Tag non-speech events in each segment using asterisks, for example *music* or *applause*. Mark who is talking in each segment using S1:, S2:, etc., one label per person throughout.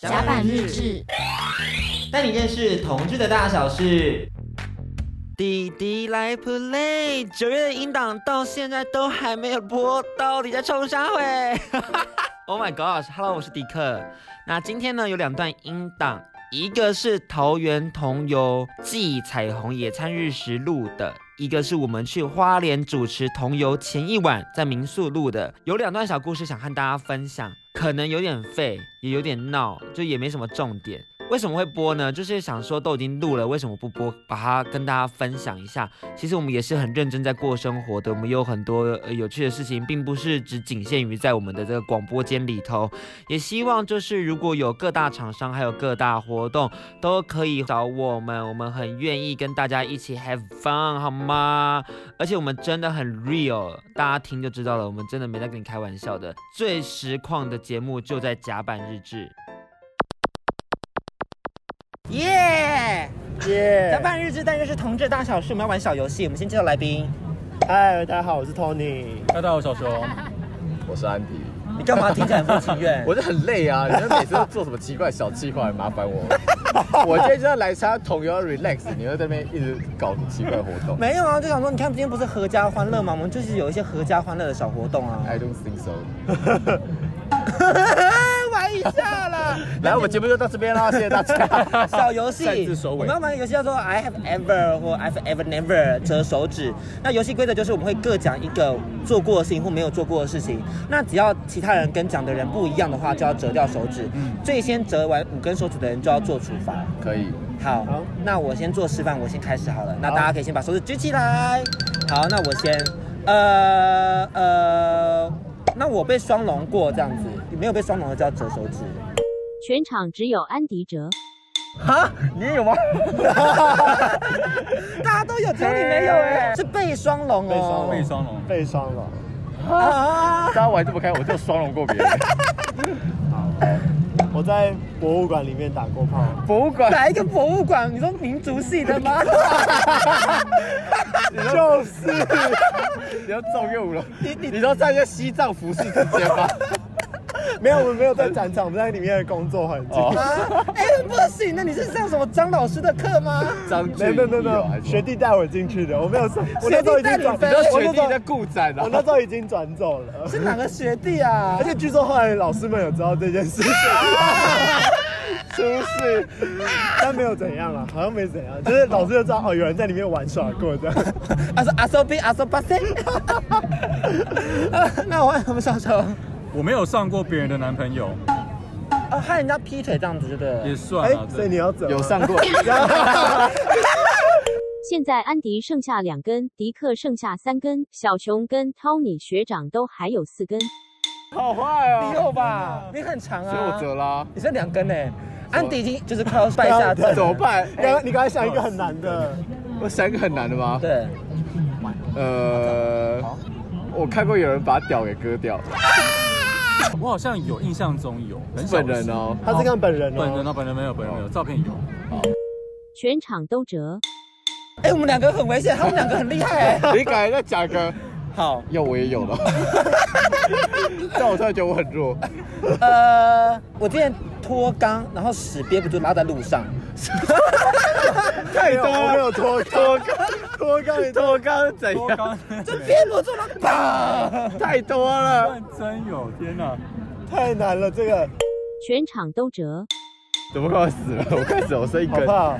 S1: 甲板日志，
S2: 带你认识同志的大小事。
S3: 弟弟来 play，九月的音档到现在都还没有播，到底在冲啥会 *laughs* ？Oh my gosh，Hello，我是迪克。那今天呢有两段音档，一个是桃园同游暨彩虹野餐日时录的，一个是我们去花莲主持同游前一晚在民宿录的，有两段小故事想和大家分享，可能有点废，也有点闹，就也没什么重点。为什么会播呢？就是想说都已经录了，为什么不播，把它跟大家分享一下？其实我们也是很认真在过生活的，我们有很多呃有趣的事情，并不是只仅限于在我们的这个广播间里头。也希望就是如果有各大厂商还有各大活动，都可以找我们，我们很愿意跟大家一起 have fun 好吗？而且我们真的很 real，大家听就知道了，我们真的没在跟你开玩笑的。最实况的节目就在甲板日志。耶！
S4: 耶
S3: 甲板日志，但是是同志大小事，我们要玩小游戏。我们先介绍来宾，
S4: 嗨，大家好，我是 Tony。
S5: 大家好，我小熊。
S6: 我是安迪，
S3: 你干嘛听起来很不情愿？
S6: 我就很累啊！你
S4: *laughs*
S6: 们每次都做什么奇怪的小计划来麻烦我，我今天就要来参加同游 relax，你们在那边一直搞奇怪活动。
S3: 没有啊，就想说，你看今天不是合家欢乐吗？我们就是有一些合家欢乐的小活动啊。
S6: I don't think so。
S3: 玩一下啦，
S6: 来，我们节目就到这边
S4: *laughs*
S6: 啦，谢谢大
S3: *laughs*
S6: 家。
S3: 小游戏
S6: 擅自收，尾
S3: 我们要玩一个游戏叫做 I have ever 或 I've ever never 折手指。那游戏规则就是我们会各讲一个做过的事情或没有做过的事情。那只要其他人跟讲的人不一样的话，就要折掉手指。最先折完五根手指的人就要做处罚。
S6: 可以，
S3: 好，
S4: 好
S3: 那我先做示范，我先开始好了。那大家可以先把手指举起来。好，那我先，呃呃，那我被双龙过这样子，没有被双龙的就要折手 *laughs* 指。
S1: 全场只有安迪哲。
S6: 哈，你也有吗？
S3: 大家都有，只有你没有哎、是被双龙哦。
S5: 被双龙，
S4: 被双龙，
S3: 啊
S6: 大！家玩这么开，我就双龙过别人。
S4: *laughs* 我在博物馆里面打过炮，
S6: 博物
S3: *laughs*
S6: 馆，
S3: 哪一个博物馆？你说民族系的 *laughs* 吗？
S4: 就是 *laughs*
S6: 你要重用了。你你你说在一个西藏服饰之间吗？
S4: 没有，我们没有在展场，我们在里面的工作环境。
S6: 哦
S3: 啊哎、不行，那你是上什么张老师的课吗？
S6: 张
S4: *laughs* 没有
S6: 俊
S4: 没有没有没
S6: 还是什
S4: 有，
S6: 么
S4: 学弟带我进去的，
S6: *laughs*
S4: 我没有上，我那时候已经
S3: 学
S4: 转，
S3: 弟带
S6: 你知道学
S4: 我那时
S6: 弟
S4: 候
S6: 在顾展啊
S4: 我那时候已经转走
S6: *laughs*
S4: 了，
S3: 是哪个学弟啊
S4: 而？且据说后来老师们有知道这件事情， *laughs*
S6: 出事。
S4: 但没有怎样了，好像没怎样，就是老师就知道哦，有人在里面玩耍过这样。
S3: 他说阿苏比阿苏巴塞。啊 *laughs* 那我问我们小丑，
S5: 我没有上过别人的男朋友，
S3: 哦，害人家劈腿这样子，对不
S5: 也
S3: 对？
S5: 算
S4: 哎
S5: 啊，。
S4: 所以
S5: 对
S4: 你要走吗？
S6: 有上
S4: *laughs*
S6: 过，
S1: 现在安迪剩下两根，迪克剩下三根，小熊跟 Tony 学长都还有四根。
S6: 好坏
S3: 你
S6: 哦。
S3: 有吧？你很长啊。
S6: 所以我折啦、
S3: 你剩两根呢。安迪已经就是快要败下阵了。
S6: 怎么
S4: *laughs*
S6: 办？哎
S4: 刚刚你刚才想一个很难的，
S6: 我想一个很难的吗？
S3: 对，
S6: 呃，我看过有人把屌给割掉，
S5: 我好像有印象中有，很小
S6: 本
S5: 的
S6: 人
S5: 时候。
S6: 哦。
S4: 他是看本人哦。
S5: 本人哦，本人没有，本人没有，照片有。
S4: *laughs*
S1: 全场都折。
S3: 哎，我们两个很危险，他们两个很厉
S6: *laughs*
S3: 害。哎
S6: 你刚才在讲一 *laughs* 个，
S3: 好，
S6: 要我也有 *laughs* 了，但我突然觉得我很弱，
S3: 呃，我之前脱肛，然后屎憋不住拉在路上。
S6: 太
S4: 没有，我没有脱脱脱肛也
S6: 多刚怎
S5: 多
S6: 样？
S5: 刚，
S3: 这憋不住了，啪！
S6: *laughs* 太多了，
S5: 真有，天哪！
S4: 太难了，这个
S1: 全场都折，
S6: 怎么快要死了？ *laughs* 我快只有剩一
S4: 好
S6: 根
S4: 不，好？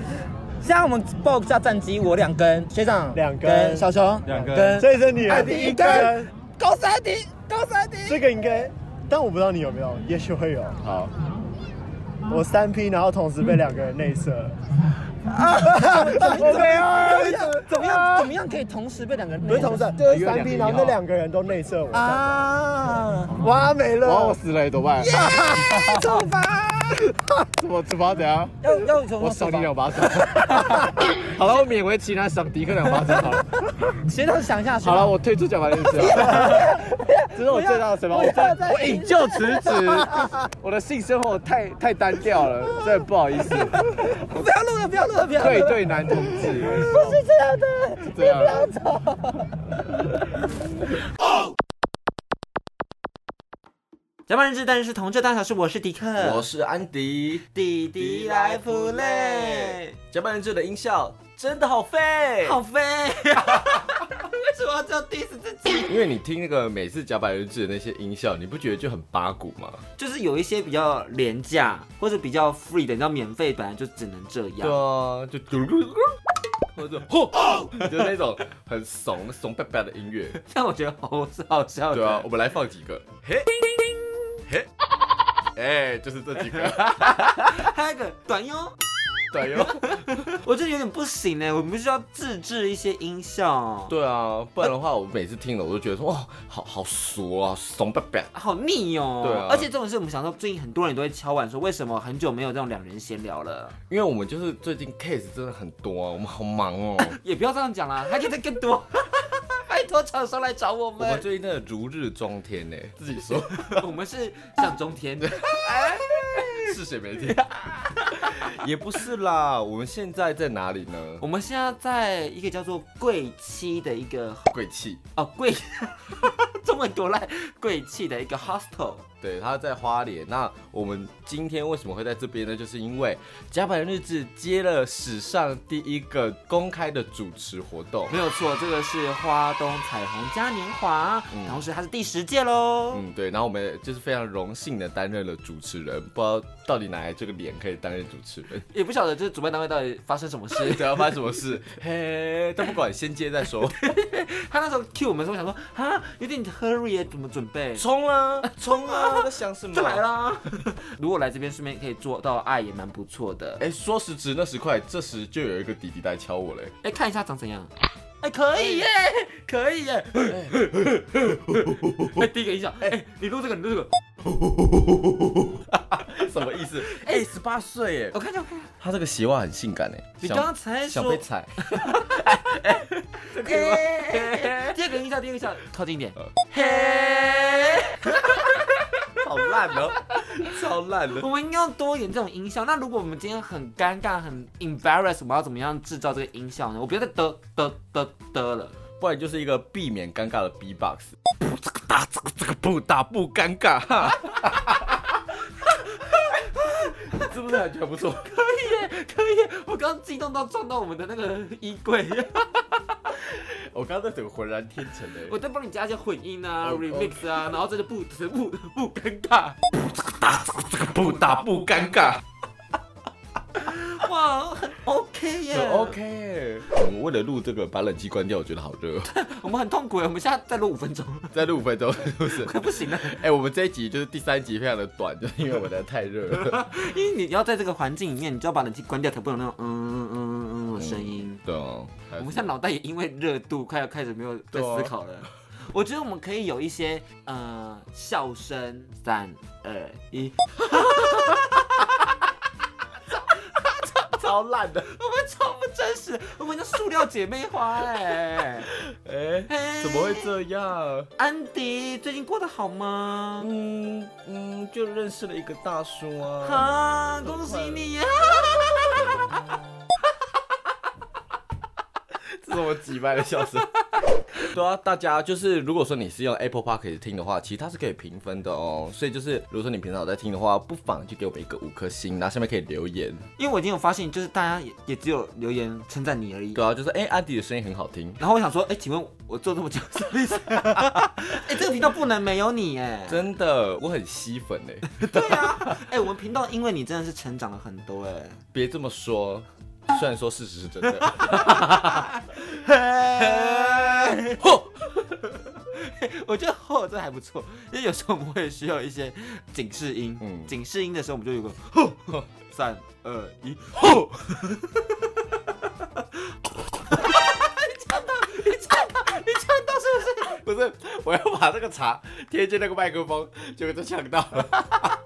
S3: 现在我们报一下战绩，我两根，学长
S4: 两根
S3: 小熊
S5: 两根
S4: 所以是你啊
S6: 哎
S3: 安迪一根，，高三迪，高三迪。
S4: 这个应该，但我不知道你有没有，也许会有。
S6: 好，
S4: 我三 P，然后同时被两个人内射，
S6: 嗯
S3: 怎
S6: 哎
S3: 么样？
S4: 我没有
S3: 哎怎么样？怎么样可以同时被两个人？
S4: 不是同时，啊就是三 P，
S6: 有两个
S4: 然后那两个人都内射我。
S3: 啊！
S4: 哇，没
S6: 哇，我
S4: 了！
S6: 死了，怎么办？
S3: 处罚！
S6: *laughs* 怎么怎么怎样？
S3: 要要怎
S6: 我
S3: 么
S6: 赏你两巴掌。 *laughs* 好了，我勉为其难赏迪克两巴掌好了。
S3: 学长想一下，学
S6: 好
S3: 长
S6: 了，我退出甲板日志了，啊
S3: *laughs*
S6: 这是我最大的什么？
S3: 不
S6: 我
S3: 要
S6: 在
S3: 再
S6: 我引咎辞职，
S3: *laughs*
S6: 我的性生活太太单调了，真的不好意思，
S3: 不要录了，不要录了，不要录
S6: 愧
S3: 了。
S6: 对男同志，
S3: 不是这样的，
S6: 这
S3: 你
S6: 样
S3: 不要走。
S2: 甲板日志，但是同志大小事，我是迪克，
S7: 我是安迪，
S3: 弟弟来福类，
S7: 甲板日志的音效真的好废，
S3: 好飞。 *laughs* 为什么要这样 diss 自己？
S6: 因为你听那个每次甲板日志的那些音效，你不觉得就很八股吗？
S3: 就是有一些比较廉价或者比较 free 的，你知道免费本来就只能这样。
S6: 啊，就嘟嘟嘟，或者吼，就是那种很怂怂巴巴的音乐。
S3: *laughs* 但我觉得好是好笑的。
S6: 对啊，我们来放几个，嘿，嘿，哎，就是这几个，
S3: 还有一个短哟，
S6: 对哟，
S3: 我觉得有点不行欸呢。我们必须要自制一些音效，
S6: 对啊，不然的话，我每次听了我都觉得说，哇，好好俗啊，怂巴巴。
S3: 好腻哦。
S6: 对啊
S3: 而且这种事我们想到，最近很多人都会敲碗说，为什么很久没有这种两人闲聊了？
S6: 因为我们就是最近 case 真的很多啊，我们好忙 *laughs* 哦。
S3: 也不要这样讲啦，还可以再更多。 *laughs* 拜托厂商来找我
S6: 我
S3: 们
S6: 们，最近真的如日中天呢，自己说
S3: 我们是上中天的。
S6: 是谁没听？ *laughs* 也不是啦，我们现在在哪里呢
S3: 我？们现在在一个叫做贵七的一个
S6: 贵气，
S3: 哦贵， *laughs* 中文多烂，贵气的一个 hostel。
S6: 对，他在花莲。那我们今天为什么会在这边呢？就是因为甲板日志接了史上第一个公开的主持活动。
S3: 没有错，这个是花东彩虹嘉年华，
S6: 嗯
S3: 同时它是第十届喽。
S6: 嗯，对，然后我们就是非常荣幸的担任了主持人，不知道到底哪来这个脸可以担任主持人， *laughs*
S3: 也不晓得就是主办单位到底发生什么 *laughs* 事。
S6: 只要发生什么事，嘿，都不管，先接再说。 *laughs*
S3: 他那时候 cue 我们的时候想说，啊，有点 hurry 耶怎么准备？
S6: 冲啊，冲啊！在想什么？
S3: 就来。啦！ *laughs* 如果来这边顺便可以做到爱也蛮不错的。哎、
S6: 哎，说时迟，那时快，这时就有一个弟弟来敲我嘞。 *laughs*
S3: 看一下长怎样？哎、可以耶，可以耶！哎、第一个印象，哎、你录这个，你录这个，
S6: 什么意思？哎，十八岁耶
S3: 我，哦看一下，我看一下。
S6: 他这个鞋袜很性感哎。
S3: 你
S6: 想
S3: 刚才
S6: 想
S3: 说
S6: 被， *laughs* 踩？
S3: *laughs* 哎第二个印象，第二个印象，靠近一点。嘿，
S6: 好烂哦，超烂的。
S3: *laughs* 我们应该要多一点这种音效。那如果我们今天很尴尬、很 embarrass，我们要怎么样制造这个音效呢？我不要再得得得得了。 *laughs*
S6: 不然就是一个避免尴尬的 B box。这个打这个这个不打不尴 *laughs* 尬哈。是不是感觉不错？
S3: 可以，我刚刚激动到撞到我们的那个衣柜， *laughs*
S6: 我刚刚在整个浑然天成哎。
S3: 我在帮你加一些混音啊、 *laughs*
S6: 哦哦
S3: remix 啊，然后这就不不不尴尬。
S6: 不打不尴尬。
S3: *laughs* 哇，很 OK 耶
S6: 很 OK 耶。我们为了录这个，把冷气关掉，我觉得好 *laughs* 热。哦
S3: 我们很痛苦耶，我们现在再录五分钟， *laughs*
S6: 再录五分钟是不是？
S3: 快不 *laughs* 行了，
S6: 哎、我们这一集就是第三集，非常的短，就是因为我的太热了。
S3: 因为你要在这个环境里面，你就要把冷气关掉，才不能有那种嗯嗯嗯嗯嗯的声音。
S6: 对哦，
S3: 我们现在脑袋也因为热度快要开始没有在思考
S6: 啊
S3: 了。我觉得我们可以有一些呃笑声，三二一，
S6: 超烂的。
S3: 我们超不真实，我们叫塑料姐妹花哎、
S6: 哎、
S3: 嘿
S6: 怎么会这样？
S3: 安迪最近过得好吗？
S6: 嗯嗯，就认识了一个大叔啊。
S3: 啊，恭喜你呀、
S6: *laughs* 这么挤掰的笑声。 *laughs* 对啊，大家就是如果说你是用 Apple Park 听的话，其实它是可以评分的哦。所以就是如果说你平常有在听的话，不妨就给我们一个五颗星，然后下面可以留言。
S3: 因为我已经有发现，就是大家也也只有留言称赞你而已。
S6: 对啊，就是哎、安迪的声音很好听，
S3: 然后我想说，哎、请问我做这么久什么意思？ *laughs* 哎、这个频道不能没有你哎。
S6: 真的，我很吸粉哎。
S3: 对啊，哎、我们频道因为你真的是成长了很多哎、
S6: 别这么说，虽然说事实是真的。
S3: 我觉得吼这还不错，因为有时候我们会需要一些警示音，
S6: 嗯
S3: 警示音的时候我们就有个吼，三二一吼，你呛到，你呛到，你呛到是不是？
S6: 不是，我要把这个茶贴近那个麦克风，结果就呛到了。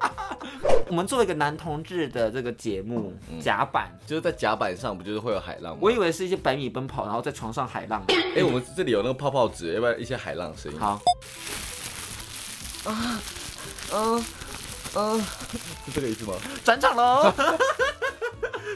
S3: 我们作为一个男同志的这个节目
S6: 嗯
S3: 甲板，
S6: 就是在甲板上，不就是会有海浪吗？
S3: 我以为是一些百米奔跑，然后在床上海浪。
S6: 哎、我们这里有那个泡泡纸，要不然一些海浪声音。
S8: 啊
S3: 好，啊呃
S6: 是这个意思吗？
S3: *laughs* 转场喽。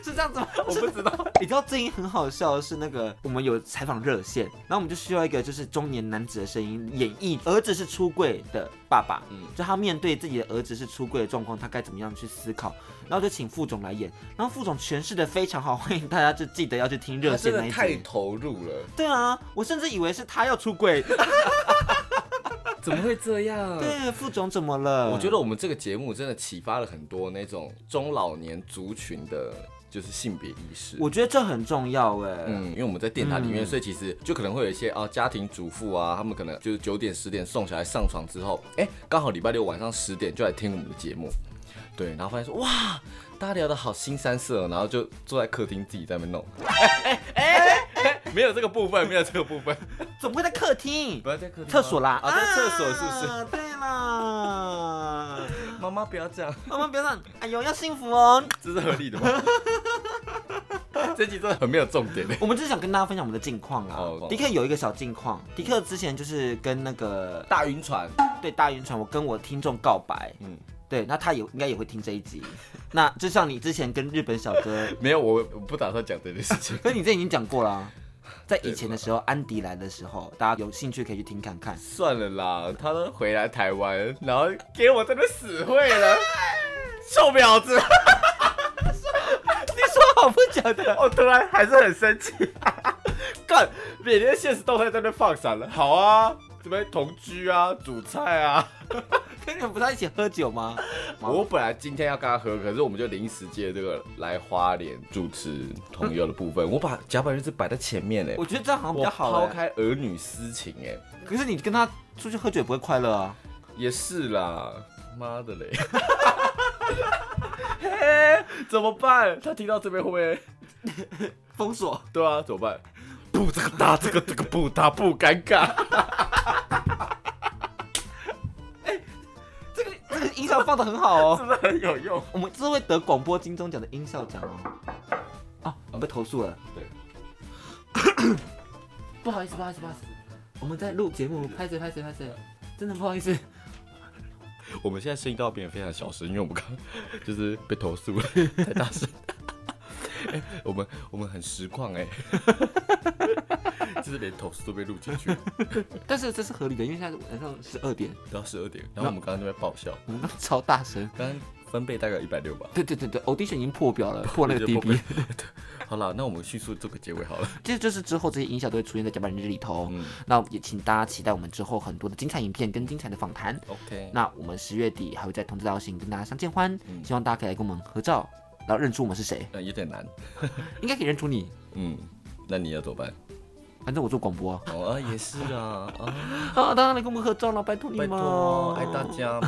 S3: 是这样子吗？我不知道。 *laughs* 你知道最近很好笑的是那个我们有采访热线，然后我们就需要一个就是中年男子的声音演绎儿子是出柜的爸爸，嗯
S8: 嗯，
S3: 就他面对自己的儿子是出柜的状况，他该怎么样去思考，然后就请副总来演，然后副总诠释的非常好，欢迎大家就记得要去听热
S8: 他
S3: 线
S8: 真
S3: 那
S8: 的
S3: 一
S8: 太
S3: 集。
S8: 投入了，
S3: 对啊，我甚至以为是他要出柜。
S8: *laughs* 怎么会这样？
S3: 对，副总怎么了？
S8: 我觉得我们这个节目真的启发了很多那种中老年族群的，就是性别意识。
S3: 我觉得这很重要哎、
S8: 嗯，因为我们在电台里面，
S3: 嗯
S8: 所以其实就可能会有一些啊家庭主妇啊，他们可能就是九点十点送小孩上床之后，哎、刚好礼拜六晚上十点就来听我们的节目，对，然后发现说哇，大家聊的好新三色哦，然后就坐在客厅自己在那边弄，哎哎哎，没有这个部分，没有这个部 *laughs* 分，
S3: 怎么会在客厅
S8: 不？要在客厅吗
S3: 厕所啦，
S8: 啊，在厕所是不是？
S3: 啊对啦， *laughs*
S8: 妈妈不要这样，
S3: 妈妈不要让，哎呦，要幸福哦。
S8: 这是合理的 *laughs* 吗？这集真的很没有重点嘞。
S3: 我们就是想跟大家分享我们的近况啊
S8: 哦。
S3: 迪克有一个小近况，迪克之前就是跟那个
S8: 大晕船，
S3: 对大晕船，我跟我听众告白，
S8: 嗯，
S3: 对，那他也应该也会听这一集。那就像你之前跟日本小哥，。
S8: 没有，我我不打算讲这件事情
S3: 可是你这已经讲过了啊。在以前的时候，安迪来的时候，大家有兴趣可以去听看看。
S8: 算了啦，他都回来台湾，然后给我这边死会
S3: *laughs*
S8: 了，臭婊子！
S3: 你说好不假的，
S8: 我突然还是很生气， *laughs* 干，每天现实动态在那放闪了。好啊，这边同居啊，煮菜啊。
S3: 跟你们不是在一起喝酒吗？
S8: 我本来今天要跟他喝，可是我们就临时借这个来花莲主持同游的部分，我把甲板日志摆在前面嘞、
S3: 我觉得这样好像比
S8: 我
S3: 较好
S8: 抛
S3: 欸。
S8: 开儿女私情哎、
S3: 可是你跟他出去喝酒也不会快乐啊。
S8: 也是啦，妈的 *laughs* 嘞！嘿，怎么办？他听到这边会不会？
S3: 封锁。
S8: 对啊，怎么办？不，这个大，这个这个不，他不尴尬。
S3: 这个这个音效放的很好哦，
S8: 不是很有用？
S3: 我们这会得广播金钟奖的音效奖哦。啊，我们被投诉了。
S8: 对。
S3: *coughs* 不好意思，不好意思，不好意思，我们在录节目，拍谁拍谁拍谁，真的不好意思。
S8: *laughs* 我们现在声音都要变得非常小声，因为我们刚 *laughs* 就是被投 *laughs* 诉了，太大声。哎我们我们很实况 *laughs* 哎、就是连投诉都被录进去，
S3: 但是这是合理的，因为现在晚上十二点，
S8: 都要十二点。然后我们刚刚就在爆笑，
S3: 我们刚超大声。
S8: 刚刚分贝大概一百六吧。
S3: 对对对对，audition 已经破
S8: *laughs*
S3: 表了，破那个
S8: 就不
S3: DB。
S8: 对好了，那我们迅速做个结尾好了。
S3: 这就是之后这些音效都会出现在甲板日里头。
S8: 嗯
S3: 那也请大家期待我们之后很多的精彩影片跟精彩的访谈。
S8: ，OK，
S3: 那我们十月底还会在同志道行跟大家相见欢，
S8: 嗯
S3: 希望大家可以来跟我们合照，然后认出我们是谁，
S8: 呃有点难。
S3: 应该可以认出你。
S8: 嗯，那你要怎么办？
S3: 反正我做广播 *laughs* 啊，
S8: 哦，啊也是啊，啊，
S3: 啊，大家来跟我们合照了，拜托你
S8: 拜
S3: 们
S8: 托，爱大家。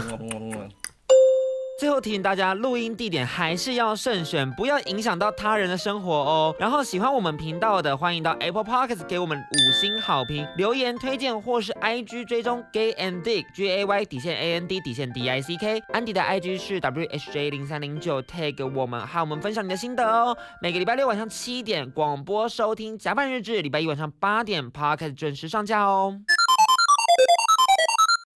S3: 最后提醒大家，录音地点还是要慎选，不要影响到他人的生活哦。然后喜欢我们频道的，欢迎到 Apple Podcast 给我们五星好评、留言推荐，或是 IG 追踪 Gay and Dick G A Y 底线 A N D 底线 D I C K。安迪的 IG 是 W H J 零三零九，tag 我们，和我们分享你的心得哦。每个礼拜六晚上七点广播收听《甲板日志》，礼拜一晚上八点 Podcast 准时上架哦。